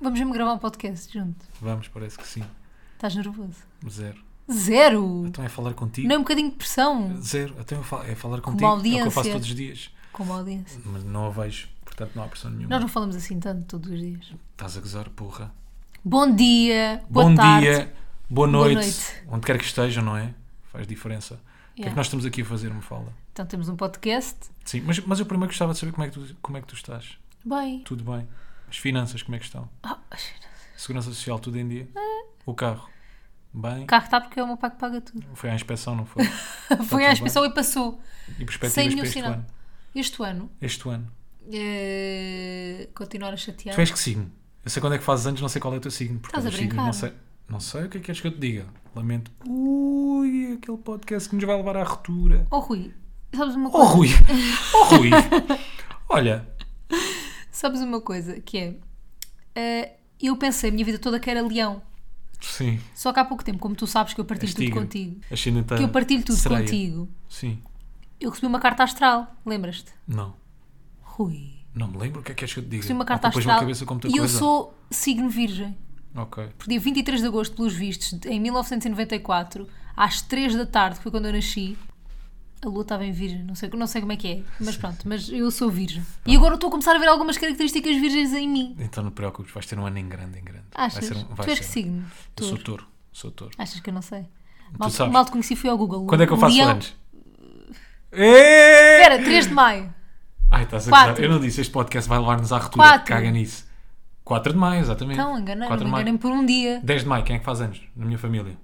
Vamos mesmo gravar um podcast junto. Vamos, parece que sim. Estás nervoso? Zero. Zero! Então é falar contigo. Hum. Não é um bocadinho de pressão Zero. Então eu falo- é falar contigo. É o que audiência. eu faço todos os dias. com uma audiência. Mas não a vejo, portanto não há pressão nenhuma. Nós não falamos assim tanto todos os dias. Estás a gozar, porra. Bom dia, boa Bom tarde. dia, boa noite, Boa noite. onde quer que estejam, não é? Faz diferença. O que é Yeah. que nós estamos aqui a fazer, me fala? Então temos um podcast. Sim, mas, mas eu primeiro gostava de saber como é, que tu, como é que tu estás. Bem. Tudo bem? As finanças, como é que estão? Ah, Segurança Social, tudo em dia? O carro? Bem? o carro está porque é o meu pai que paga tudo. Foi à inspeção, não foi? Foi Tá tudo à inspeção e passou. E perspectivas Sem nenhum para este sinal. ano? Este ano, Este ano. eh, continuar a chatear. Tu és que signo? Eu sei quando é que fazes anos, não sei qual é o teu signo. Porque Estás a os signos brincar? Não sei, não sei o que é que queres que eu te diga. Lamento. Ui, aquele podcast que nos vai levar à ruptura. Oh, Rui, sabes uma coisa? Oh, Rui! Oh, Rui! Olha, Sabes uma coisa que é. eh, eu pensei a minha vida toda que era leão. sim. Só que há pouco tempo, como tu sabes que eu partilho és tigre. tudo contigo, Ascendente a tá que eu partilho tudo sereia. contigo, Sim. eu recebi uma carta astral. Lembras-te? Não. Rui. Não me lembro o que é que queres que eu te diga. Recebi uma carta Ocupas-me astral. a cabeça com muita e eu coisa. sou signo virgem. Ok. Por dia 23 de agosto, pelos vistos, em 1994, às 3 da tarde, que foi quando eu nasci, a lua estava em virgem. Não sei, não sei como é que é, mas pronto, mas eu sou virgem. Ah. E agora estou a começar a ver algumas características virgens em mim. Então não te preocupes, vais ter um ano em grande, em grande. Vai Achas? ser um- vai tu és ser que um- signo? Eu sou Touro. touro. Sou touro. Achas que eu não sei? Mal, sabes. mal te conheci, fui ao Google. Quando é que eu faço Um Leão- anos? Espera! Espera, 3 de maio. Ai, estás a Quatro. gozar. Eu não disse, este podcast vai levar-nos à ruptura. Quatro. Caga nisso. 4 de maio, exatamente. Então, enganei, 4 me de maio. enganei por um dia. 10 de maio, quem é que faz anos? Na minha família.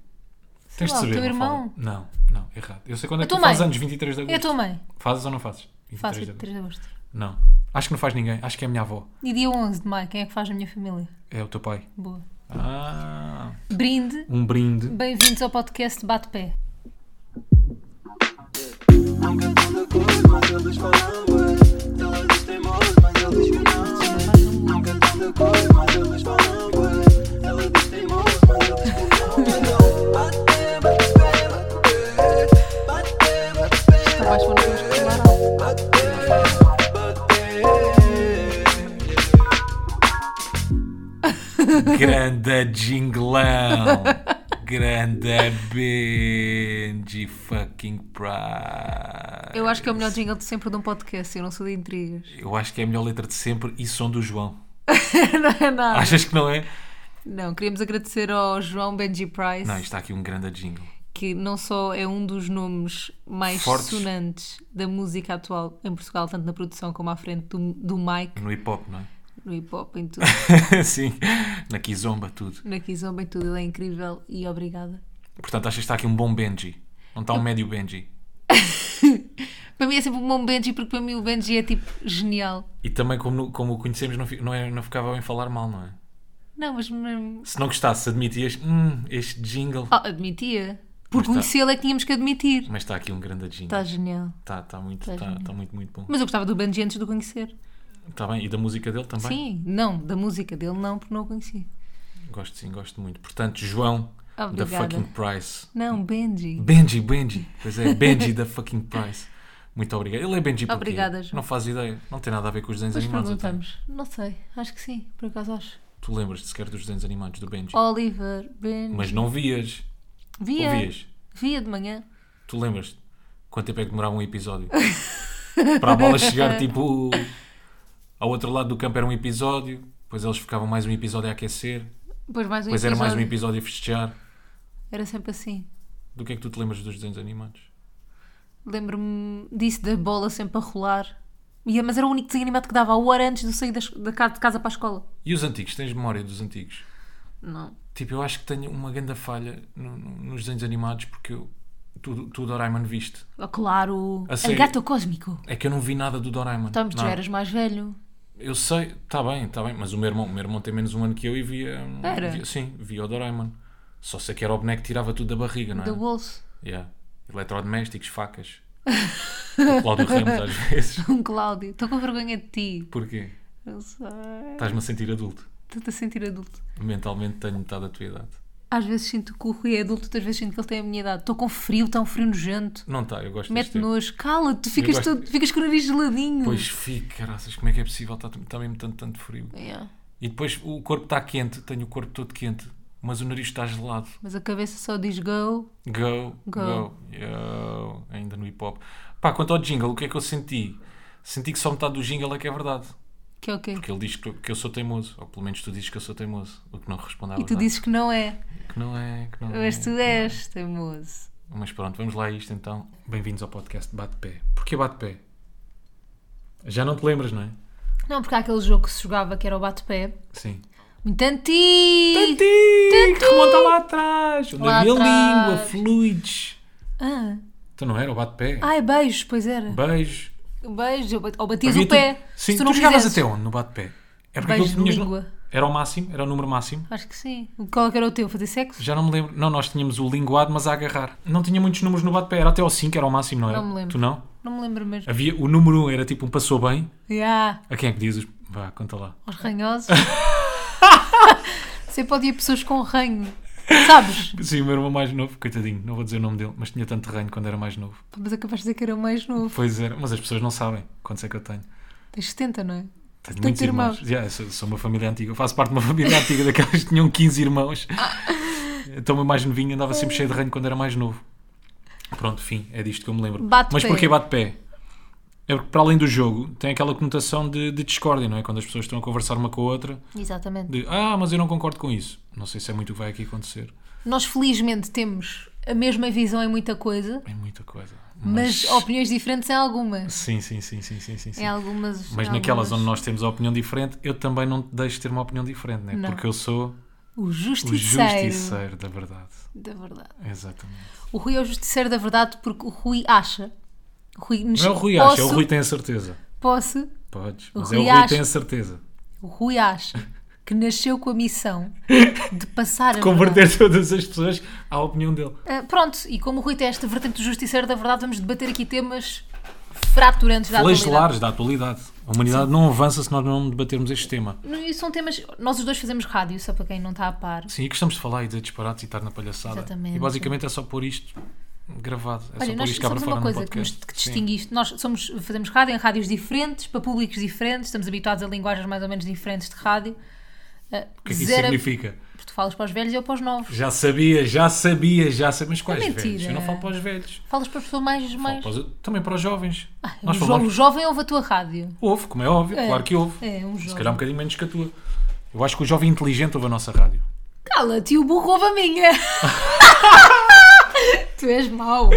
Tens lá, o de saber. teu não fala. irmão? Não, não, errado. Eu sei quando é A que tu tua fazes mãe? anos, 23 de É a agosto. tua mãe. Fazes ou não fazes? 23 Faz de agosto. 3 de agosto. Não. Acho que não faz ninguém. Acho que é a minha avó. E dia 11 de maio, quem é que faz na minha família? É o teu pai. Boa. Ah, Brinde, um brinde. bem-vindos ao podcast Bate-Pé. Nunca estou de acordo, mas eles falam bué. Ela diz teimoso, mas ele diz que não. Nunca estou de acordo, mas eles falam bué. Ela diz teimoso, mas ele diz que não. Então, bate, bate, bate, bate, bate, bate. Para baixo, não temos que falar alto. Grande jinglão. Grande Benji fucking Pride. Eu acho que é o melhor jingle de sempre de um podcast, eu não sou de intrigas. Eu acho que é a melhor letra de sempre e som do João. não é nada. Achas que não é? Não, queríamos agradecer ao João Benji Price, Não, está aqui um grande jingle. que não só é um dos nomes mais Fortes. sonantes da música atual em Portugal, tanto na produção como à frente do, do Mike, No hip hop, não no hip hop, em tudo, é? Sim. Na Kizomba, tudo. na Kizomba, em tudo. Ele é incrível e obrigada. Portanto, achas que está aqui um bom Benji? Não está um médio Benji? Para mim é sempre um bom Benji, porque para mim o Benji é tipo genial. E também, como, no- como o conhecemos, não, fi- não, é, não ficava bem falar mal, não é? Não, mas mesmo- Se não gostasse, admitias, hum, este jingle. Ah, admitia. Por Mas tá. conhecê-lo é que tínhamos que admitir. Mas está aqui um grande jingle. Está genial. Está tá muito, tá, Tá genial. tá muito, muito bom. Mas eu gostava do Benji antes de o conhecer. Está bem, e da música dele também? Sim, não, da música dele não, porque não o conheci. Gosto sim, gosto muito. Portanto, João, da Obrigada. fucking Price. Não, Benji. Benji, Benji. Pois é, Benji da fucking Price. Muito obrigado. Ele é Benji porquê? Obrigada, João. Não faz ideia. Não tem nada a ver com os desenhos Depois animados. até. perguntamos. Não sei, acho que sim, por acaso acho. Tu lembras-te sequer dos desenhos animados do Benji? Oh. Oliver, Benji. Mas não vias. via, Ouvias. via de manhã. Tu lembras-te? Quanto tempo é que demorava um episódio? Para a bola chegar, tipo, ao outro lado do campo era um episódio. Depois eles ficavam mais um episódio a aquecer. Depois mais um Depois era episódio. mais um episódio a festejar. Era sempre assim. Do que é que tu te lembras dos desenhos animados? Lembro-me disso da bola sempre a rolar. E- Mas era o único desenho animado que dava a hora antes de eu sair da, es- da ca- de casa para a escola. E os antigos? Tens memória dos antigos? Não. Tipo, eu acho que tenho uma grande falha no- no- nos desenhos animados porque eu, tu, tu o Doraemon viste. Ah, Claro. A sério? El gato cósmico. É que eu não vi nada do Doraemon. Então, mas tu já Nada. eras mais velho. Eu sei, está bem, está bem, mas o meu irmão, o meu irmão tem menos um ano que eu e via. hum, Era? via- sim, via o Doraemon. Só sei que era o boneco que tirava tudo da barriga, não é? Do bolso. Yeah. Eletrodomésticos, facas. o Cláudio Ramos às vezes. Um Cláudio. Estou com vergonha de ti. Porquê? Eu sei. Estás-me a sentir adulto. Estou-te a sentir adulto. Mentalmente tenho metade da tua idade. Às vezes sinto que o Rui é adulto, outras vezes sinto que ele tem a minha idade. Estou com frio, tão frio nojento. Não está, eu gosto deste Mete tempo. nojo. Cala-te, ficas, gosto- todo- ficas com o nariz geladinho. Pois fica, caraças, como é que é possível? Está tá mesmo tanto, tanto frio. Yeah. E depois o corpo está quente, tenho o corpo todo quente, mas o nariz está gelado. Mas a cabeça só diz go. Go, go, yo, ainda no hip hop. Pá, quanto ao jingle, o que é que eu senti? Senti que só metade do jingle é que é verdade. Que é o quê? Porque ele diz que eu, que eu sou teimoso, ou pelo menos tu dizes que eu sou teimoso, o que não responde à E tu verdade. dizes que não é. Que não é, que não Mas é. tu és teimoso. Mas pronto, vamos lá a isto então. Bem-vindos ao podcast Bate-Pé. Porquê Bate-Pé? Já não te lembras, não é? Não, porque há aquele jogo que se jogava que era o bate-pé. Sim. Muito antigo! Tanti! Tanti! Remonta lá atrás! Onde Lá havia atrás. língua, fluidos. Ah. Então não era o bate-pé? Ai, beijos, pois era. Beijo. Beijo, ou batias Havia o tu- pé. Sim, se tu, tu não chegavas fizesses. até onde no bate-pé? É porque Beijo aquilo de tinhas no- língua. Era o máximo? Era o número máximo? Acho que sim. Qual é que era o teu? Fazer sexo? Já não me lembro. Não, nós tínhamos o linguado, mas a agarrar. Não tinha muitos números no bate-pé. Era até ao 5, era o máximo, não era? Não me lembro. Tu não? Não me lembro mesmo. Havia... O número 1 era tipo um passou bem. Ya, A quem é que diz os... Vá, conta lá. aos ranhosos. Sempre pode ir pessoas com ranho. Sabes? Sim, o meu irmão mais novo, coitadinho, não vou dizer o nome dele, mas tinha tanto reino quando era mais novo. Mas acabaste de dizer que era o mais novo. Pois era, mas as pessoas não sabem quantos é que eu tenho. Tens 70, não é? Tenho Tantos muitos irmãos. irmãos. Yeah, sou, sou uma família antiga, eu faço parte de uma família antiga daquelas que tinham 15 irmãos. Então o mais novinho andava sempre cheio de reino quando era mais novo. Pronto, fim, é disto que eu me lembro. Bate-pé. mas porquê bate pé? É porque para além do jogo tem aquela conotação de, de discórdia, não é? Quando as pessoas estão a conversar uma com a outra, Exatamente. de ah, mas eu não concordo com isso. Não sei se é muito o que vai aqui acontecer. Nós felizmente temos a mesma visão em muita coisa, É muita coisa. mas É opiniões diferentes em algumas. Sim, sim, sim, sim, sim, sim. sim. Em algumas. Mas em naquelas onde algumas. nós temos a opinião diferente, eu também não te deixo ter uma opinião diferente, né? Não. Porque eu sou O o justiceiro. justiceiro da verdade. Da verdade. Exatamente. O Rui é o justiceiro da verdade porque o Rui acha. O Rui nos Não é o Rui posso, acha, é o Rui tem a certeza. Posso. Podes, O mas Rui é o Rui acha. tem a certeza. O Rui acha que nasceu com a missão de passar a É verdade. Converter todas as pessoas à opinião dele. Ah, pronto, e como o Rui tem esta vertente do justiceiro da verdade, vamos debater aqui temas fraturantes da atualidade. Flagelares da atualidade. A humanidade não avança se nós não debatermos este tema. Não, E são temas. Nós os dois fazemos rádio, só para quem não está a par. Sim, e gostamos de falar e de disparates e estar na palhaçada. Exatamente. E basicamente é só pôr isto gravado. É Olha, só pôr nós isto cá para somos uma fora no coisa que, nos, podcast. que Sim. distingue isto. Nós somos, fazemos rádio em rádios diferentes, para públicos diferentes, estamos habituados a linguagens mais ou menos diferentes de rádio. Ah, O que é que isso zero- significa? Porque tu falas para os velhos e eu para os novos. Já sabia, já sabia, já sabia. Mas quais É mentira. velhos? Eu não falo para os velhos. Falas para as pessoas mais. Falo mais... para os- também para os jovens. O Nós jo- o falamos. jovem ouve a tua rádio. Houve, como é óbvio, É. claro que houve. É, um Se jovem. calhar um bocadinho menos que a tua. Eu acho que o jovem inteligente ouve a nossa rádio. Cala-te, o burro ouve a minha. tu és mau.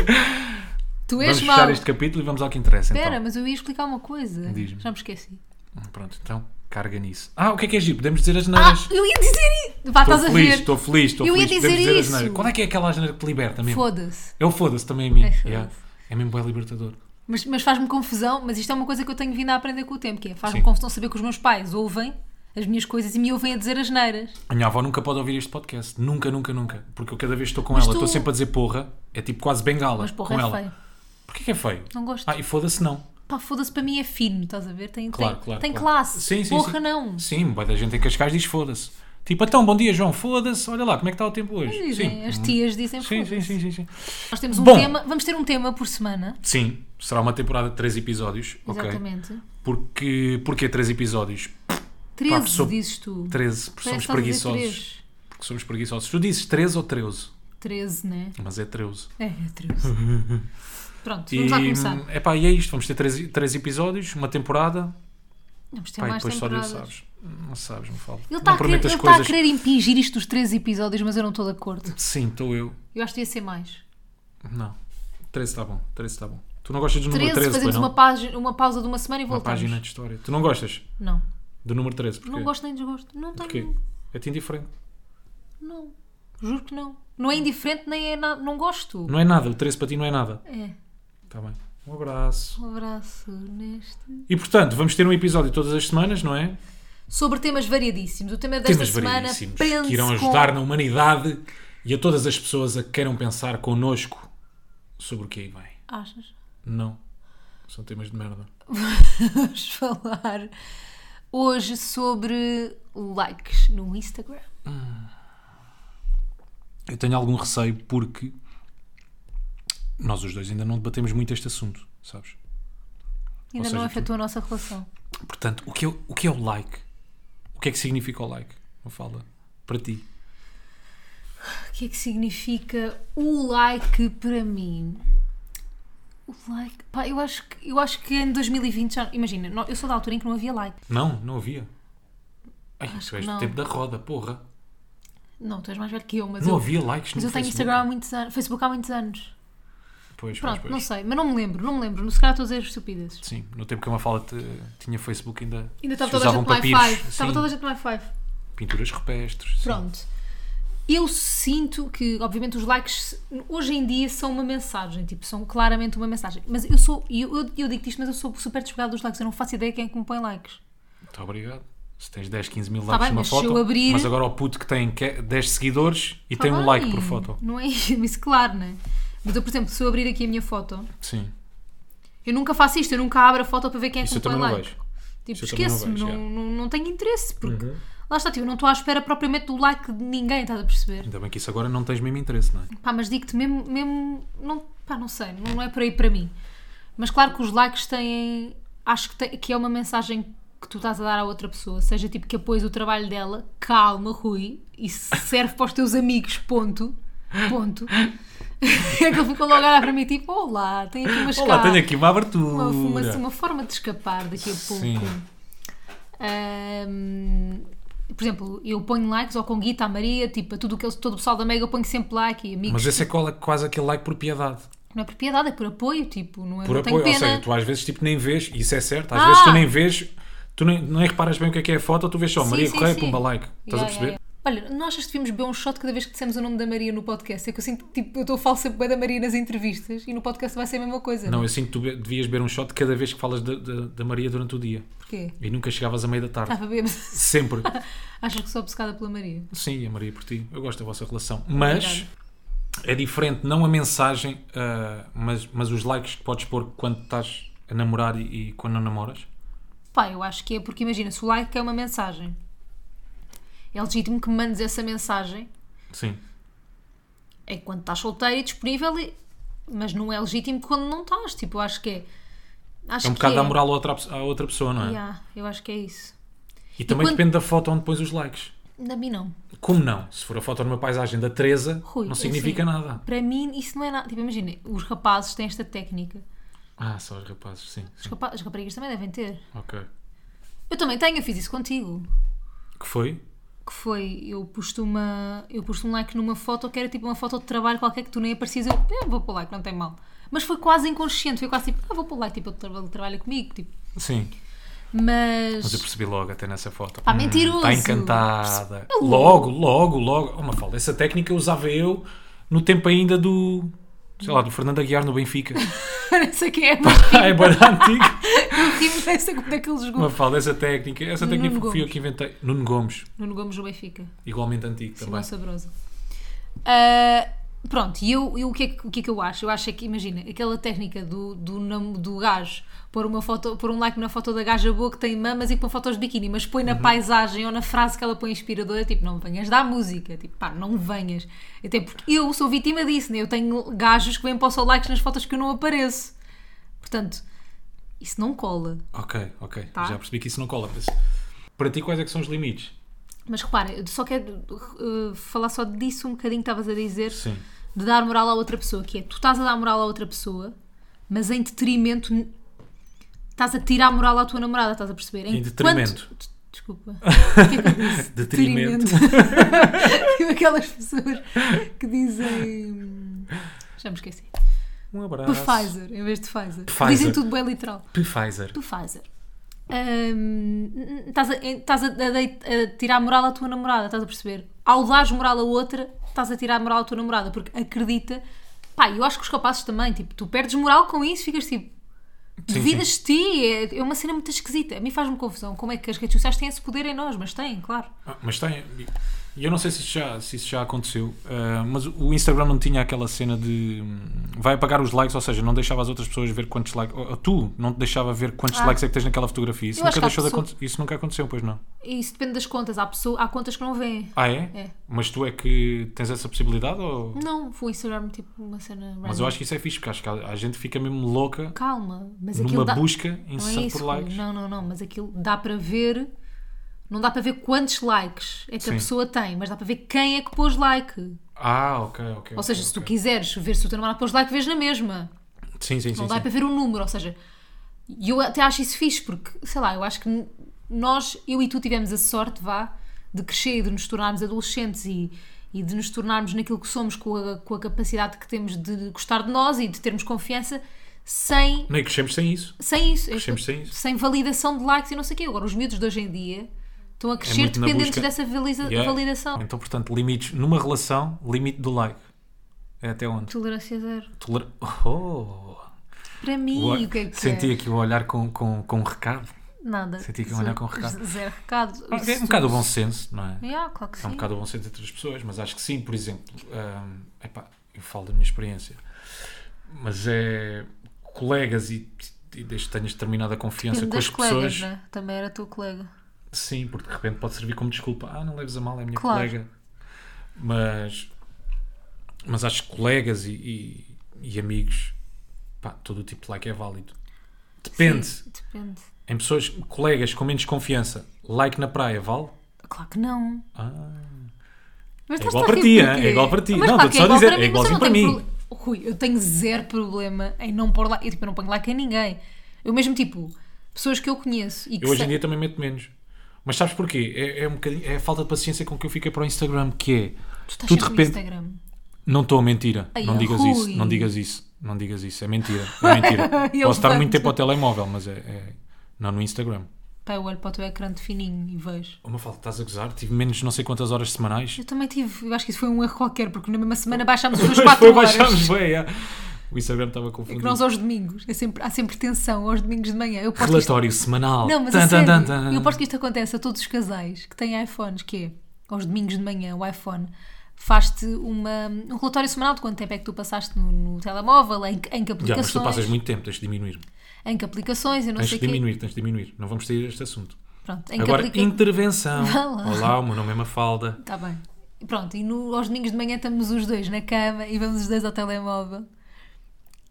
Tu és Vamos mau. fechar este capítulo e vamos ao que interessa. Espera, mas eu ia explicar uma coisa. Diz-me. Já me esqueci. Então. Pronto, então, carga nisso. Ah, o que é que é giro? Podemos dizer as Ah, neiras. eu ia dizer isso. Vá, estou estás a feliz, ver. estou feliz, estou Eu ia feliz. Podemos dizer dizer as isso. neiras. Qual é que é aquela asneira que te liberta mesmo? Foda-se. É o foda-se também a mim. É foda-se. Yeah. É mesmo bem libertador. Mas, mas faz-me confusão, mas isto é uma coisa que eu tenho vindo a aprender com o tempo, que é faz-me Sim. confusão saber que os meus pais ouvem as minhas coisas e me ouvem a dizer as neiras. A minha avó nunca pode ouvir este podcast. Nunca, nunca, nunca. Porque eu cada vez estou com Mas ela, tu- estou sempre a dizer porra. É tipo quase bengala Mas porra, com é ela. feio. Porquê que é feio? Não gosto. Ah, e foda-se não. Pá, foda-se, para mim é fino, estás a ver? Tem, Claro, tem, claro. tem claro. classe. Sim, sim, porra, sim. não. Sim, boa da gente em Cascais diz foda-se. Tipo, então, bom dia, João, foda-se. Olha lá, como é que está o tempo hoje? Dizem, sim. As tias dizem Sim, foda-se. sim, sim, sim, sim. Nós temos um Bom. tema, vamos ter um tema por semana. Sim, será uma temporada de três episódios. ok Exatamente. Porque, porque três episódios? 13, Pá, sou- dizes tu. 13, porque Parece somos que estás a dizer preguiçosos. Porque somos preguiçosos. Tu dizes 13 ou 13? três. 13, né? Mas é 13. É, é 13. Pronto, vamos lá começar. É pá, e é isto. Vamos ter três, três episódios, uma temporada. Vamos ter Pá, e mais depois só Deus temporadas. sabes. Não sabes, me fala. Ele está não a, querer, prometas ele tá a coisas. querer impingir isto dos 13 episódios, mas eu não estou de acordo. Sim, estou eu. Eu acho que devia ser mais. Não. 13 está bom. 13 está bom. Tu não gostas do 13, número 13, pois fazemos não? uma, página, uma pausa de uma semana e Uma voltamos. página de história. Tu não gostas Não, do número 13? Porquê? não gosto nem de desgosto. Não tenho. Porquê? É-te indiferente. Não, juro que não. Não é indiferente nem é nada. Não gosto. Não é nada. O 13 para ti não é nada. É. Está bem. Um abraço. Um abraço neste. E portanto, vamos ter um episódio todas as semanas, não é? Sobre temas variadíssimos. O tema desta semana variedíssimos pense que irão ajudar na humanidade e a todas as pessoas a que queiram pensar connosco sobre o que aí vem. com... Achas? Não. São temas de merda. Vamos falar hoje sobre likes no Instagram. Eu tenho algum receio porque nós os dois ainda não debatemos muito este assunto, sabes? Ainda seja, não tu- afetou a nossa relação. Portanto, o que é o, que é o like? O que é que significa o like? Uma fala. Para ti. O que é que significa o like para mim? O like. Pá, eu acho que, eu acho que em 2020 já. Imagina, não- eu sou da altura em que não havia like. Não, não havia. Ai, isso que és do não. tempo da roda, porra. Não, tu és mais velho que eu, mas Não eu. havia likes no Mas eu tenho Facebook. Instagram há muitos anos, Facebook há muitos anos. Pois, Pronto, pois, não pois. sei, mas não me lembro, não me lembro. No se calhar estou a dizer estupidez. Sim, no tempo que a Mafala te, tinha Facebook ainda, Ainda estava se toda a usavam gente no papiros, i5. Estava sim, toda a gente no i5. pinturas rupestres. sim. Pronto. Eu sinto que, obviamente, os likes hoje em dia são uma mensagem, tipo, são claramente uma mensagem. Mas eu sou, e eu, eu, eu digo isto, mas eu sou super desligada dos likes, eu não faço ideia quem é que me põe likes. Muito obrigado. Se tens 10, 15 mil Tá likes bem, numa mas se foto, eu abrir- mas agora o puto que tem que- 10 seguidores e Tá tem um bem, like por foto. Não é isso, claro, não é? Mas eu, por exemplo, se eu abrir aqui a minha foto, Sim. eu nunca faço isto, eu nunca abro a foto para ver quem é que me Isso eu põe também não like. vejo. Tipo, Isso eu também não esqueço-me, vejo, não, não, não tenho interesse, porque Uhum. lá está, tipo, eu não estou à espera propriamente do like de ninguém, estás a perceber? Ainda bem que isso agora não tens mesmo interesse, não é? Pá, mas digo-te mesmo, mesmo não, pá, não sei, não, não é por aí para mim. Mas claro que os likes têm, acho que, tem- que é uma mensagem que tu estás a dar à outra pessoa, seja tipo que apoies o trabalho dela, calma, Rui, isso serve para os teus amigos, ponto, ponto. é que ele ficou logo a olhar para mim tipo, olá, tenho aqui umas Olá, cá- tenho aqui uma abertura. uma, uma, uma forma de escapar daqui a pouco. Sim. Ahm, por exemplo, eu ponho likes ao Conguita, à Maria, tipo, a tudo o que eles, todo o pessoal da Mega eu ponho sempre like e amigos. Mas esse é qual- quase aquele like por piedade. Não é propriedade, é por apoio, tipo, não é? Por não apoio, tenho ou pena. seja, tu às vezes tipo, nem vês, e isso é certo, às Ah! vezes tu nem vês, tu nem, nem reparas bem o que é que é a foto, tu vês só Sim, Maria sim, Correia, sim. pumba like. Estás Yeah, a perceber? yeah, yeah. Olha, não achas que devíamos beber um shot cada vez que dissemos o nome da Maria no podcast? É que eu sinto que tipo, eu estou a falar sempre bem da Maria nas entrevistas e no podcast vai ser a mesma coisa. Não, eu sinto que tu be- devias beber um shot cada vez que falas da- da da Maria durante o dia. Porquê? E nunca chegavas à meia da tarde. Estava bêbada. Sempre. Achas que sou obcecada pela Maria? Sim, e a Maria por ti. Eu gosto da vossa relação. Mas é diferente, não a mensagem, ah, mas, mas os likes que podes pôr quando estás a namorar e, e quando não namoras. Pá, eu acho que é porque imagina, se o like é uma mensagem, é legítimo que me mandes essa mensagem Sim. é quando estás solteiro e disponível, e- mas não é legítimo quando não estás. Tipo, eu acho que é. Acho É um bocado que dar moral a outra, pe- à outra pessoa, não é? Yeah, eu acho que é isso. E também quando- depende da foto onde pões os likes. Na mim, não. Como não? Se for a foto numa paisagem da Teresa, Rui, não significa assim- nada. Para mim, isso não é nada. Tipo, imagina, os rapazes têm esta técnica. Ah, só os rapazes, sim. Os sim. rapa- as raparigas também devem ter. Ok. Eu também tenho, eu fiz isso contigo. Que foi? Que foi, eu posto, uma, eu posto um like numa foto que era tipo uma foto de trabalho qualquer que tu nem aparecias. Eu, "Eh, vou pôr like, não tem mal. Mas foi quase inconsciente, foi quase tipo, ah, vou pôr like, tipo, ele traba- ele trabalha comigo. Tipo. Sim. Mas eu Mas. percebi logo até nessa foto. Pá, mentiroso. Uh! Está encantada. Perce- Logo, logo, logo. Oh, Mafalda, essa técnica eu usava eu no tempo ainda do. Sei lá, do Fernando Aguiar no Benfica. não sei quem é, mas Ah, é bem antigo. tive essa como é que ele jogou. Mafalda, essa técnica. Essa Do técnica Nuno fui eu Gomes. que inventei. Nuno Gomes, Nuno Gomes do Benfica. igualmente antigo Simão também. Sabrosa. Ah, pronto, e eu, eu o, que é que, o que é que eu acho? Eu acho é que, imagina, aquela técnica do, do, nam- do gajo pôr, uma foto, pôr um like na foto da gaja boa que tem mamas e que põe fotos de biquíni, mas põe na paisagem ou na frase que ela põe inspiradora, tipo, não venhas da música, tipo, pá, não venhas. Até porque eu sou vítima disso, né? Eu tenho gajos que vêm para o seu likes nas fotos que eu não apareço. Portanto, isso não cola. Ok, ok. Tá. Já percebi que isso não cola. Mas para ti, quais é que são os limites? Mas repara, eu só quero uh, falar só disso um bocadinho que estavas a dizer. Sim. de dar moral à outra pessoa, que é tu estás a dar moral à outra pessoa, mas em detrimento n- estás a tirar moral à tua namorada, estás a perceber? Em detrimento. quanto- Desculpa. O que é que eu disse? Detrimento. Detrimento. Tipo Aquelas pessoas que dizem. Já me esqueci. Um abraço. Pfizer, em vez de Pfizer. Pfizer. Dizem tudo bem literal. Pfizer. Pfizer. Hum, Estás a, estás a, a dei- a tirar moral à tua namorada, estás a perceber? Ao dar moral a outra, estás a tirar moral à tua namorada, porque acredita. Pá, eu acho que os capazes também, tipo, tu perdes moral com isso, ficas tipo. Sim, Duvidas de ti, é, é uma cena muito esquisita. A mim faz-me confusão como é que as redes sociais têm esse poder em nós, mas têm, claro. Ah, Mas tem. e Eu não sei se isso já, se isso já aconteceu, ah, mas o Instagram não tinha aquela cena de hum, vai apagar os likes, ou seja, não deixava as outras pessoas ver quantos likes. Ou, ou tu não te deixava ver quantos Ah. likes é que tens naquela fotografia. Isso Eu acho que nunca, há deixou de pessoa- aconte- isso nunca aconteceu, pois não. E isso depende das contas. Há, pessoa, há contas que não vêem. Ah, é? É. Mas tu é que tens essa possibilidade? Ou... Não, foi o Instagram tipo uma cena. Mas eu acho que isso é fixe, porque acho que a, a gente fica mesmo louca Calma, mas aquilo numa dá. busca Não é incessante isso, por Rui. likes. Não, não, não, mas aquilo dá para ver Não dá para ver quantos likes é que a Sim. pessoa tem, mas dá para ver quem é que pôs like. Ah, ok, ok. Ou seja, se tu quiseres ver se o teu namorado pôs like, vês na mesma. Sim, sim, Não sim. dá sim. para ver o número, ou seja, e eu até acho isso fixe, porque, sei lá, eu acho que n- nós, eu e tu, tivemos a sorte, vá, de crescer e de nos tornarmos adolescentes e, e de nos tornarmos naquilo que somos com a, com a capacidade que temos de gostar de nós e de termos confiança sem, Não, e crescemos sem isso. sem isso. Crescemos sem isso. Sem validação de likes e não sei o quê. Agora, os miúdos de hoje em dia estão a crescer É muito na dependentes busca. dessa valisa- Yeah. validação. Então, portanto, limites. Numa relação, limite do like. É até onde? Tolerância zero. Toler... Oh! Para mim, O- o que é que Senti é? aqui o olhar com, com, com um recado. Nada. senti aqui um olhar com recado. Zero recado. É um bocado o bom senso, não é? Yeah, claro que É um sim. bocado o bom senso entre as pessoas, mas acho que sim, por exemplo. hum, epá, eu falo da minha experiência. Mas é. Colegas e, e desde que tenhas determinada confiança Depende com as das colegas, pessoas. né? Também era teu colega. Sim, porque de repente pode servir como desculpa. Ah, não leves a mal, é a minha Claro. colega. Mas, mas acho que colegas e, e- e amigos, pá, todo o tipo de like é válido. Depende. Sim, depende. Em pessoas, colegas com menos confiança, like na praia, vale? Claro que não. Ah, Mas É estás-te igual a para rir ti, porquê? hein? É igual para ti. Mas Não, claro estou-te que só a igual dizer, para é mim, mas eu igualzinho não para tenho mim. prole- Rui, eu tenho zero problema em não pôr like. Eu, tipo, eu não ponho like a ninguém. Eu mesmo, tipo, pessoas que eu conheço e que eu hoje sei- em dia também meto menos. Mas sabes porquê? É, é um bocadinho- é a falta de paciência com que eu fiquei para o Instagram, que é. Tu estás tu de sempre no repente- Instagram. Não estou a mentira. Ai, não ó, digas Rui. isso. Não digas isso. Não digas isso. É mentira. É mentira. Ele Posso estar muito levanta. tempo ao telemóvel, mas é, é- Não no Instagram. Pá, eu olho para o teu ecrã de fininho e vejo. Uma falta, estás a gozar? Tive menos não sei quantas horas semanais. Eu também tive, eu acho que isso foi um erro qualquer, porque na mesma semana baixámos as tuas 4 horas. baixámos bem, é. O Instagram estava É que confundido. nós aos domingos, é sempre, há sempre tensão aos domingos de manhã. Eu posto isto Relatório semanal. Não, mas Tan, a tan, sério, tan, tan. eu aposto que isto acontece a todos os casais que têm iPhones, que é aos domingos de manhã o iPhone faz-te uma, um relatório semanal de quanto tempo é que tu passaste no, no telemóvel, em, que- em que Já, mas tu aplicações, passas muito tempo, tens de diminuir. em que aplicações, eu não Tens sei de o quê. diminuir, tens de diminuir. Não vamos sair deste assunto. Pronto, em Agora, que aplica... intervenção. Vá lá. Olá, o meu nome é Mafalda. Tá bem. Pronto, e no- aos domingos de manhã estamos os dois na cama e vamos os dois ao telemóvel.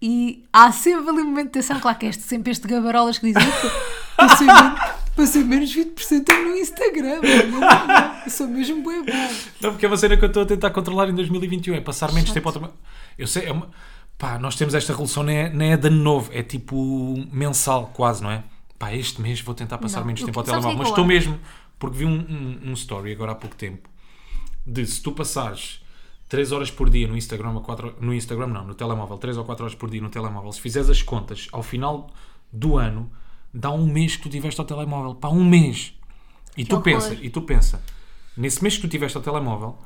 E há sempre ali um momento de tensão, claro que é este, sempre este gabarolas que diz "Epa, passei, men- passei menos 20% no Instagram, olha, eu sou mesmo bem bom. Não, porque é uma cena que eu estou a tentar controlar em 2021, é passar menos tempo ao trabalho. Eu sei, é uma... pá, nós temos esta revolução, não é, não é de ano novo, é tipo mensal quase, não é? Pá, este mês vou tentar passar Não, menos eu- tempo ao sabes o que é telemóvel, que mas eu acho? estou mesmo, porque vi um, um, um story agora há pouco tempo, de se tu passares 3 horas por dia no Instagram, a quatro no Instagram não, no telemóvel, 3 ou 4 horas por dia no telemóvel, se fizeres as contas, ao final do ano, dá um mês que tu tiveste ao telemóvel, pá, um mês. E tu horror. pensa, e tu pensa, nesse mês que tu tiveste ao telemóvel,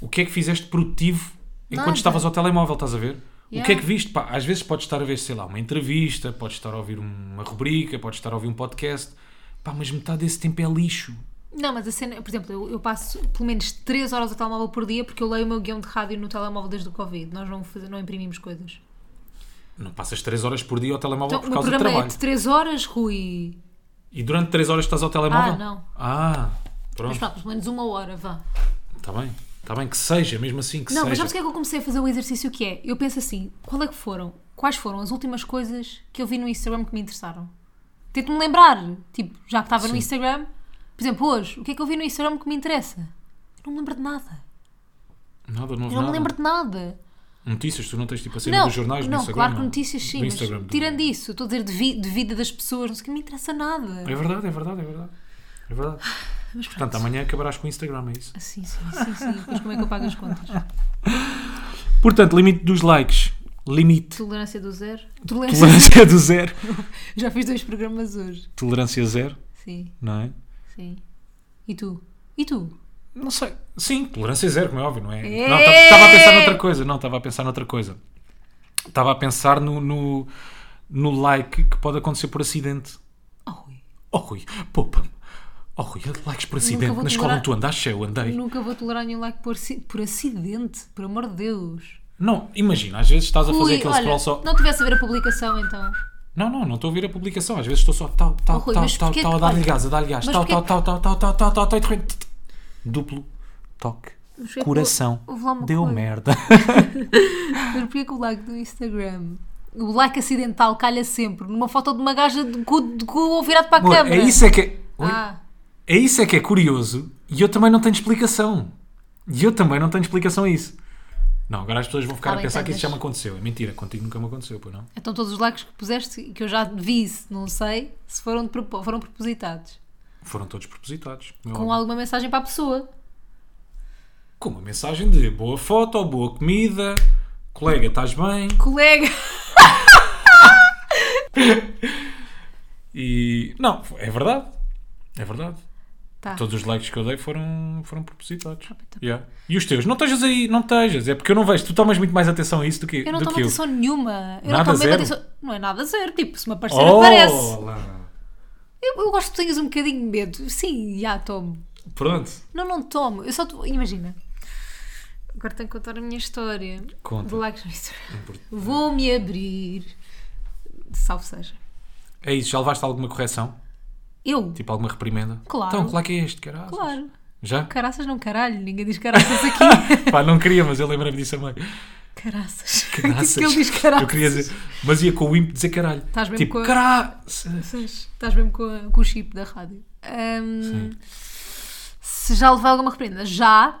o que é que fizeste produtivo enquanto Nada. estavas ao telemóvel, estás a ver? O que é Yeah. que viste? Pá, às vezes podes estar a ver, sei lá, uma entrevista, podes estar a ouvir uma rubrica, podes estar a ouvir um podcast, pá, mas metade desse tempo é lixo. Não, mas a cena, por exemplo, eu, eu passo pelo menos 3 horas ao telemóvel por dia porque eu leio o meu guião de rádio no telemóvel desde o Covid. Nós não, faz- não imprimimos coisas. Não passas 3 horas por dia ao telemóvel Então, o por meu causa do programa é trabalho. de 3 horas, Rui. E durante 3 horas estás ao telemóvel? Ah, não. Ah, Mas pronto. pronto, pelo menos uma hora, vá. Está bem. Está bem que seja, mesmo assim que Não, mas seja. sabes o que é que eu comecei a fazer o exercício que é? Eu penso assim, qual é que foram? Quais foram as últimas coisas que eu vi no Instagram que me interessaram? Tento-me lembrar, tipo, já que estava no Sim. Instagram, por exemplo, hoje, o que é que eu vi no Instagram que me interessa? Eu não me lembro de nada. Nada, não, houve Eu não me nada. lembro de nada. Notícias, tu não tens tipo a cena dos jornais não, do Instagram? claro que não? notícias sim, Do Instagram, mas do- tirando isso, estou a dizer de, vi- de vida das pessoas, não sei o que me interessa nada. É verdade, é verdade, é verdade. É verdade. Mas pronto. Ah, Portanto, amanhã acabarás com o Instagram, é isso? Sim, sim, sim, sim. Depois como é que eu pago as contas? Portanto, limite dos likes. Limite. Tolerância do zero. Tolerância. Tolerância do zero. Já fiz dois programas hoje. Tolerância zero, Sim, não é? sim. E tu? E tu? Não sei. Sim, tolerância zero, como é óbvio, não é? É. Não, estava a pensar noutra coisa. Não, estava a pensar noutra coisa. Estava a pensar no, no, no like que pode acontecer por acidente. Oh, Rui. Oh, Rui, poupa-me. Oh, Rui, likes por acidente. vou Na escola tolerar- onde tu andaste, eu andei. Nunca vou tolerar nenhum like por, aci- por acidente, por amor de Deus. Não, imagina, às vezes estás a fazer Rui, aquele olha, scroll só. não tivesse a ver a publicação então. Não, não, não estou a ouvir a publicação. Às vezes estou só tal, Oh, tal, Rui, tal, mas tal, porquê tal, a que- dar-lhe olha, gás, a dar-lhe gás, mas tal, porquê tal, tal, tal, tal, tal, tal, tal, tal, e de repente. tsk, Duplo toque. Mas porquê que Coração. houve lá uma Deu coisa? merda. Mas porquê que o like do Instagram, o like acidental calha sempre numa foto de uma gaja de cu, de cu virado para a Amor, câmara? é isso é que. Ui, Ah, é É isso é que é curioso e eu também não tenho explicação. E eu também não tenho explicação a isso. Não, agora as pessoas vão ficar a Sabem pensar que isso já me Tá tantas. aconteceu. É mentira, contigo nunca me aconteceu, pois não? Então todos os likes que puseste e que eu já vi, se não sei, se foram, de propo- foram propositados. Foram todos propositados. meu Com óbvio. alguma mensagem para a pessoa. Com uma mensagem de boa foto, boa comida, colega, estás bem? Colega! E. Não, é verdade. É verdade. Tá. Todos os likes que eu dei foram, foram propositados. bem, tá Yeah. E os teus? Não estejas aí, não estejas. É porque eu não vejo. Tu tomas muito mais atenção a isso do que Eu não do tomo que eu. atenção nenhuma. Eu não Nada tomo mesmo zero? atenção. Não é nada zero. Tipo, se me aparecer, Oh, aparece. lá. Eu, eu gosto que tenhas um bocadinho de medo. Sim, já tomo. Pronto. Não, não tomo. Eu só. to- Imagina. Agora tenho que contar a minha história. Conta. De likes no Instagram. Vou-me abrir. Salve seja. É isso, já levaste alguma correção? Eu? Tipo alguma reprimenda? Claro. Então, claro que é este, caralho. Claro. Já? Caraças não caralho. Ninguém diz caraças aqui. Pá, não queria, mas eu lembrei-me disso também. caraças. Caraças. Que ele diz caraças. Eu queria dizer, mas ia com o imp dizer caralho. Estás mesmo tipo, com a- caraças. Vocês- Estás mesmo com, a- com o chip da rádio. Ahm, se já levei alguma reprimenda? Já.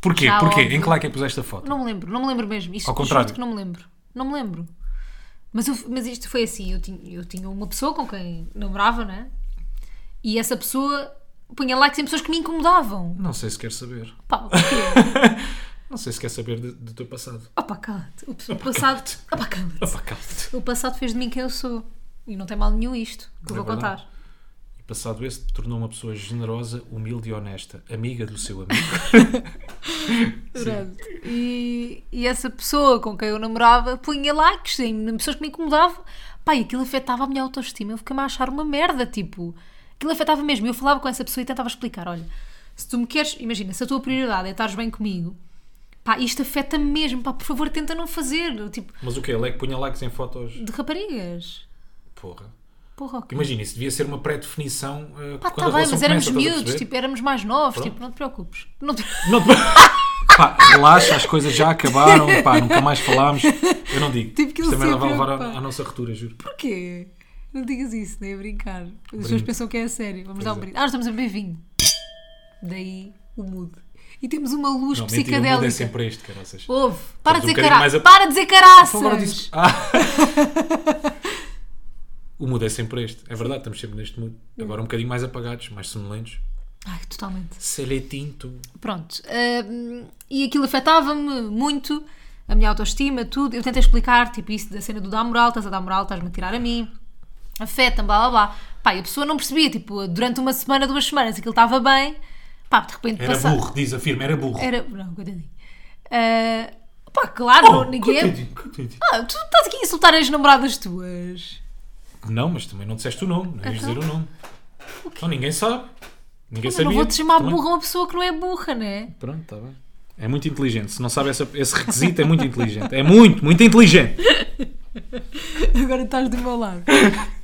Porquê? Já, Porquê? óbvio. Em que like é que puseste a foto? Não me lembro, não me lembro mesmo. Isto, Ao contrário. juro que não me lembro. Não me lembro. Mas, eu- mas isto foi assim: eu tinha, eu tinha uma pessoa com quem namorava, né? E essa pessoa punha likes em pessoas que me incomodavam. Não sei se quer saber. Pá, o quê? Não sei se quer saber de- do teu passado. Opa, cala-te. O, o passado. Opa, cala-te. Opa, calma-te. O passado fez de mim quem eu sou. E não tem mal nenhum isto que eu É vou verdade. contar. E passado esse, tornou uma pessoa generosa, humilde e honesta. Amiga do seu amigo. Pronto. E, e essa pessoa com quem eu namorava punha likes em em pessoas que me incomodavam. Pá, e aquilo afetava a minha autoestima. Eu fiquei-me a achar uma merda, tipo. Aquilo afetava mesmo. Eu falava com essa pessoa e tentava explicar: olha, se tu me queres. Imagina, se a tua prioridade é estares bem comigo, pá, isto afeta-me mesmo. Pá, por favor, tenta não fazer. Tipo, mas o quê? Ele é que punha likes em fotos? de raparigas. Porra. Porra, ok. Imagina, isso devia ser uma pré-definição. eh, Pá, tá quando a bem, relação mas éramos começa, estás a miúdos, perceber? tipo, éramos mais novos, Pronto. tipo, não te preocupes. Não te... Não te... pá, relaxa, as coisas já acabaram, pá, nunca mais falámos. Eu não digo. Tive que Isto ele também se não vai levar preocupar. à, à nossa retura, juro. Porquê? Não digas isso, nem a brincar. As pessoas Brinde. pensam que é a sério. Vamos dar um é. brinde. Ah, nós estamos a beber vinho. Daí o mood. E temos uma luz Não, mentira, o mundo psicadélica. é sempre este, cara. Ouve, para de um dizer bocadinho mais caraças. a- Para de dizer caraças. Ah. O mundo é sempre este, é verdade, estamos sempre neste mundo. Agora um bocadinho mais apagados, mais sonolentos. Ai, totalmente. Seletinto. Pronto. hum, e aquilo afetava-me muito, a minha autoestima, tudo. Eu tentei explicar, tipo, isso da cena do dar moral, estás a dar moral, estás-me a tirar a mim, afeta-me, blá blá blá. Pá, e a pessoa não percebia, tipo, durante uma semana, duas semanas, aquilo estava bem. Pá, de repente Era passa- burro, diz a firma, era burro. Era. Não, coitadinho. Ah, pá, claro, Oh, ninguém. coitadinho, coitadinho. Ah, tu estás aqui a insultar as namoradas tuas. Não, mas também não disseste o nome, não ias Então? dizer o nome. Então ninguém sabe. Ninguém Eu sabia. não vou-te chamar Também- burra uma pessoa que não é burra, né? Pronto, está bem. É muito inteligente. Se não sabe essa- esse requisito, é muito inteligente. É muito, muito inteligente. Agora estás do meu lado.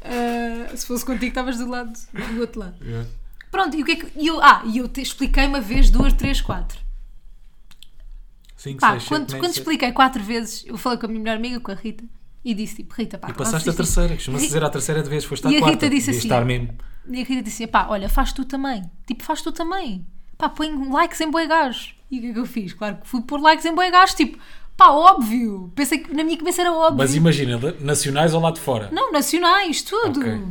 Ah, se fosse contigo, estavas do lado do outro lado. Pronto, e o que é que. e Eu, ah, e eu te expliquei uma vez, duas, três, quatro. Cinco, Pá, seis, quando, sete, quando nove, sete. expliquei quatro vezes, eu falei com a minha melhor amiga, com a Rita, e disse tipo, Rita, pá, E passaste a fazes isto. terceira. Costuma-se Ri- dizer à terceira de vez, foste à E a quarta. Rita disse Devias assim- estar mesmo. E a querida disse: assim, pá, olha, faz tu também. Tipo, faz tu também. Pá, põe likes em boi gás. E o que é que eu fiz? Claro que fui pôr likes em boi gás. Tipo, pá, óbvio. Pensei que na minha cabeça era óbvio. Mas imagina, de- nacionais ou lá de fora? Não, nacionais, tudo. Ok.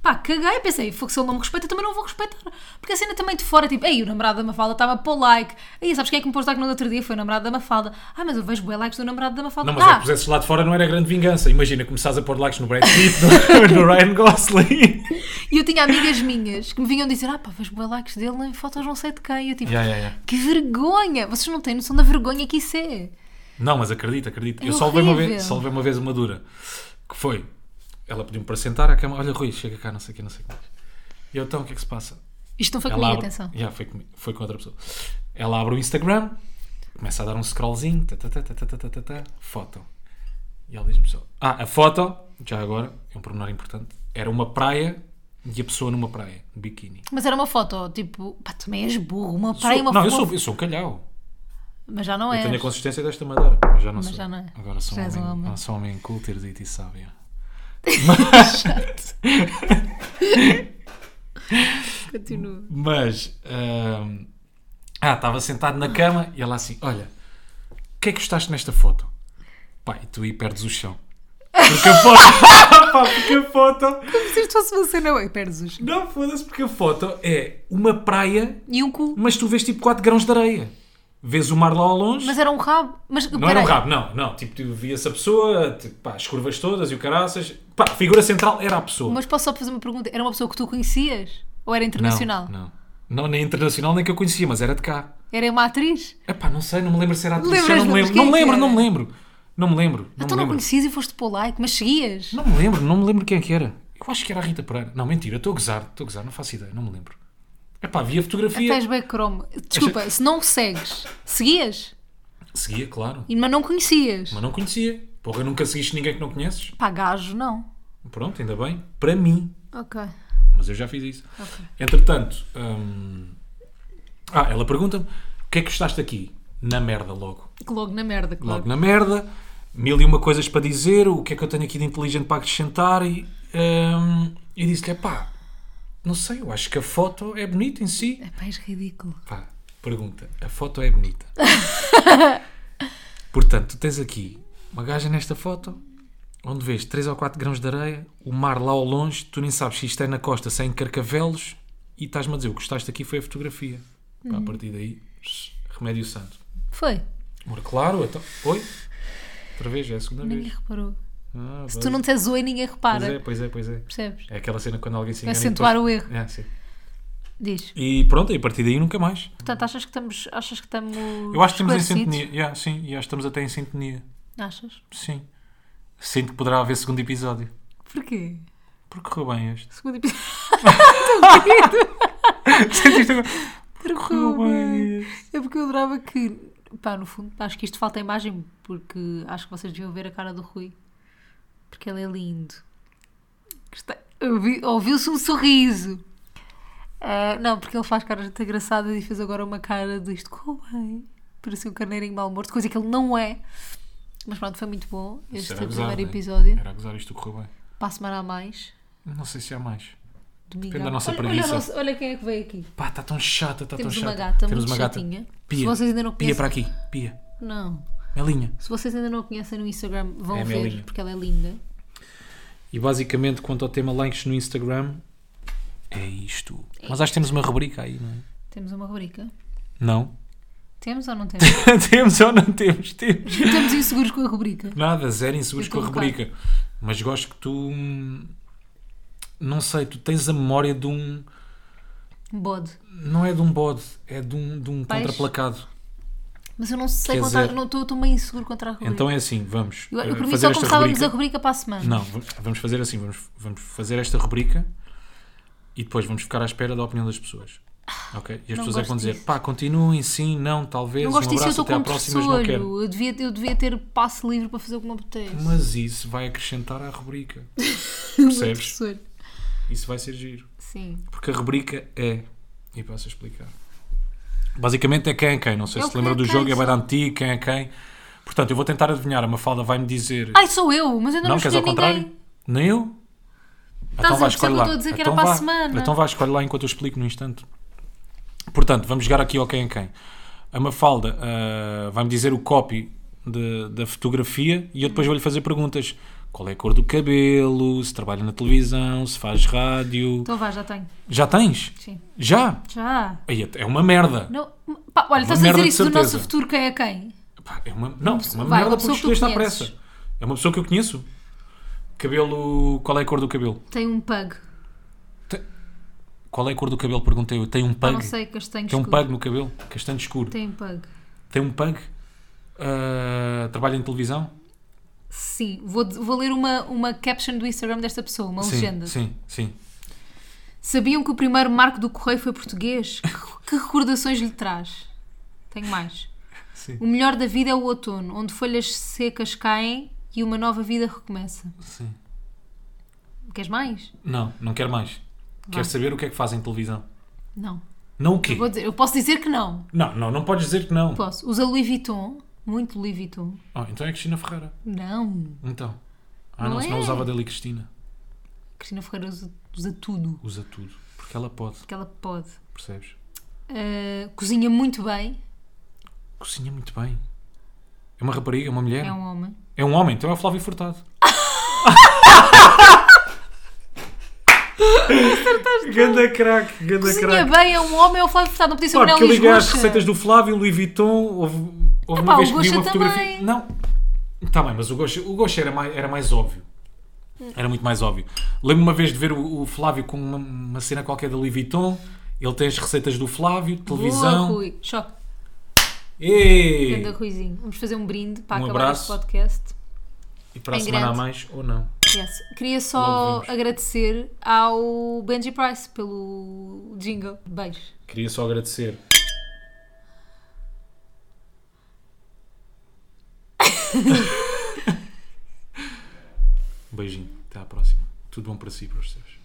Pá, caguei. Pensei: fogo, se ele não me respeita, também não vou respeitar. Porque a cena também de fora, tipo, ei, o namorado da Mafalda estava a pôr like. Aí, sabes quem é que me pôs like no outro dia? Foi o namorado da Mafalda. Ah, mas eu vejo boi likes do namorado da Mafalda. Não, mas é ah, que pusesses lá de fora não era grande vingança. Imagina, começares a pôr likes no Brad Pitt, no, no Ryan Gosling. E eu tinha amigas minhas que me vinham dizer: ah, pá, vejo boi likes dele em fotos não sei de quem. Eu tipo. Ya, ya, ya. Que vergonha! Vocês não têm noção da vergonha que isso é. Não, mas acredita, acredita. É eu só levei, uma vez, horrível. só levei uma vez uma dura. Que foi. Ela pediu-me para sentar à cama. Olha, Rui, chega cá, não sei o que, não sei o que mais. E eu, então, o que é que se passa? Isto não foi Ela comigo, abre- atenção. Yeah, foi, comigo, foi com outra pessoa. Ela abre o Instagram, começa a dar um scrollzinho, tá, tá, tá, tá, tá, tá, tá, tá, tá, foto. E ela diz-me só: Ah, a foto, já agora, é um pormenor importante, era uma praia e a pessoa numa praia, de biquíni. Mas era uma foto, tipo, pá, também és burro, uma praia, Sou- é uma não, foto. eu sou, eu sou um calhau. Mas já não Eu tenho é. a consistência desta madeira, mas já não sou. já não é. Agora sou Já és um um homem, homem. ah, sou um homem culto, erudito e sábio. Continua. Mas. ahm, ah, estava sentado na cama e ela assim: Olha, o que é que gostaste nesta foto? Pai, tu aí perdes o chão. Porque a foto. Pá, porque a foto. Como se isto fosse uma cena. Oi, perdes os. Não, foda-se, porque a foto é uma praia, E um cu. mas tu vês tipo 4 grãos de areia. Vês o mar lá ao longe. Mas era um rabo. Mas, Não era um rabo, não, não. Tipo, tu vias a pessoa, tipo, pá, as curvas todas e o caraças. Pá, a figura central era a pessoa. Mas posso só fazer uma pergunta? Era uma pessoa que tu conhecias? Ou era Não, internacional? Não, não. nem internacional, nem que eu conhecia, mas era de cá. Era uma atriz? Epá, não sei, não me lembro se era atriz. Lembras-te, já Não me mas lembro, quem não me é que lembro, não era? me lembro. Não me lembro. então Não me não lembro. conhecias e foste para o like, mas seguias? Não me lembro, não me lembro quem é que era. Eu acho que era a Rita Pereira. Não, mentira, estou a gozar, estou a gozar, não faço ideia, não me lembro. Epá, vi a fotografia. Até és bem cromo. Desculpa, se não segues, seguias? Seguia, claro. E- Mas não conhecias? Mas não conhecia. Porra, nunca seguiste ninguém que não conheces. Pá, gajo, não. Pronto, ainda bem. Para mim, Ok. Mas eu já fiz isso. Entretanto, hum, ah, ela pergunta-me: o que é que gostaste aqui? Na merda, logo. Que Logo na merda, claro. Logo na merda, mil e uma coisas para dizer, o que é que eu tenho aqui de inteligente para acrescentar e, hum, e disse-lhe: pá, não sei, eu acho que a foto é bonita em si. É pá, és ridículo. Pá, pergunta: a foto é bonita? Portanto, tu tens aqui uma gaja nesta foto. Onde vês 3 ou 4 grãos de areia, o mar lá ao longe, tu nem sabes se isto é na costa, sem carcavelos, e estás-me a dizer, o que gostaste aqui foi a fotografia. Pá, A partir daí, shh, remédio santo. Foi. Amor, claro, então. Oi? Outra vez, é a segunda Ninguém vez. reparou. Ah, Se vai. tu não disseres oi, ninguém Pois é, repara. pois é, pois é. Percebes? É aquela cena quando alguém se engana. e Acentuar depois- o erro. É, sim. Diz. E pronto, e a partir daí nunca mais. Portanto, achas que estamos. Achas que estamos. Eu acho que estamos em esclarecidos? sintonia. Yeah, sim, e acho que estamos até em sintonia. Achas? Sim. Sinto que poderá haver segundo episódio. Porquê? Porque correu bem este. Segundo episódio. Sentiste agora? Correu Correu bem. bem este. É porque eu adorava que. Pá, no fundo, acho que isto falta imagem, porque acho que vocês deviam ver a cara do Rui. Porque ele é lindo. Está- ouvi- Ouviu-se um sorriso. Ah, não, porque ele faz caras muito engraçadas e fez agora uma cara de isto correu bem. Parecia um carneirinho mal morto, coisa que ele não é. Mas pronto, foi muito bom este Era a gozar, primeiro né? episódio. Era a gozar isto correu bem. Para a semana a mais. Não sei se há mais. Domingo. Depende da à- nossa olha, olha preguiça. o nosso- olha quem é que veio aqui. Pá, está tão chata, está tão Temos chata. uma gata Temos muito uma gata. chatinha. Pia. Se vocês ainda não Pia conhecem. para aqui. Pia. Não. Melinha. Se vocês ainda não a conhecem no Instagram, vão É a ver, Melinha. porque ela é linda. E basicamente, quanto ao tema likes no Instagram, é isto. Mas acho que temos uma rubrica aí, não é? Temos uma rubrica. Não. Temos ou não temos? temos ou não temos? Temos. Estamos inseguros com a rubrica. Nada, zero inseguros Eu com a tô um bocado. rubrica. Mas gosto que tu. hum, Não sei, tu tens a memória de um. Bode. Não é de um bode, é de um, de um Peixe. contraplacado. Mas eu não sei Quer contar. dizer- Não estou meio inseguro contra a rubrica. Então é assim, vamos. eu, eu eh, por mim fazer só esta começávamos rubrica. a rubrica para a semana. Não, v- vamos fazer assim, vamos, vamos fazer esta rubrica e depois vamos ficar à espera da opinião das pessoas. Ok? E as Não pessoas é que gosto vão dizer, disso. pá, continuem, sim, não, talvez, não gosto um disso, eu abraço, estou até à com próxima, mas não quero. pressolho. Eu devia, eu devia ter passe livre para fazer o que me apetece. Mas isso vai acrescentar à rubrica. Meu percebes? professor. Isso vai ser giro. Sim. Porque a rubrica é, e passo a explicar, basicamente é quem é quem, não sei É o se lembra quem é do jogo, quem, é bem só. antigo, quem é quem. Portanto, eu vou tentar adivinhar, a Mafalda vai-me dizer... Ai, sou eu, mas eu ainda não, Não, não queres escolhi ao ninguém. contrário? Nem eu? Então Estás a perceber o que eu estou a dizer que era para a vá. semana. Então vá, escolhe lá enquanto eu explico no instante. Portanto, vamos jogar aqui ao quem é quem. A Mafalda ah, vai-me dizer o copy de- da fotografia e eu depois vou-lhe fazer perguntas. Qual é a cor do cabelo? Se trabalha na televisão? Se faz rádio? Então vá, já tenho. Já tens? Sim. Já? Já. Aí é- É uma merda. Não, pá, olha, Uma estás a merda dizer de isso do certeza. nosso futuro, quem é quem? Pá, é uma, não, é uma vai, uma merda porque pessoa que tu escolheste à conheces. pressa. É uma pessoa que eu conheço. Cabelo. Qual é a cor do cabelo? Tem um pug. Qual é a cor do cabelo? Perguntei eu. Tem um Ah, pug? Não sei, castanho Tem um escuro. pug no cabelo? Castanho escuro. Tem, Tem um pug. um pug? Ah, trabalha em televisão? Sim, vou, vou ler uma, uma caption do Instagram desta pessoa, uma sim, legenda. Sim, sim. Sabiam que o primeiro marco do correio foi português? Que, que recordações lhe traz? Tenho mais. Sim, O melhor da vida é o outono, onde folhas secas caem e uma nova vida recomeça. sim. Queres mais? Não, não quero mais. Quero saber o que é que faz em televisão. Não. Não o quê? Eu, vou dizer- eu posso dizer que não. Não, não, não podes dizer que não. Posso. Usa Louis Vuitton. Muito Louis Vuitton. Oh, então é Cristina Ferreira. Não. Então. Ah, Não não, se não é. usava dele Cristina. Cristina Ferreira usa, usa tudo. Usa tudo. Porque Porque ela pode, que ela pode. percebes? Ah, cozinha muito bem, Cozinha muito bem. É uma rapariga, uma mulher. é um homem. É um homem, então é o Flávio Furtado. Ganda craque, ganda Cozinha bem, é um homem, é o Flávio Furtado, não podia ser o Pá, Manuel porque eu liguei às Lisboa. receitas do Flávio, Louis Vuitton, houve, houve Epá, uma vez o que vi Gosha uma fotografia. também. Não, está bem, mas o Gosha, o Gosha era, mais, era mais óbvio. Era muito mais óbvio. Lembro me uma vez de ver o, o Flávio com uma, uma cena qualquer da Louis Vuitton. Ele tem as receitas do Flávio, Boa, televisão. Rui. Choque. Ei! Anda, Ruizinho. Vamos fazer um brinde para Um acabar abraço. este podcast. E para a Em semana grande. a mais, ou não? Yes. Queria Logo só vemos. agradecer ao Benji Price pelo jingle. Beijo. Queria só agradecer. Um Beijinho, até à próxima. Tudo bom para si e para os seus.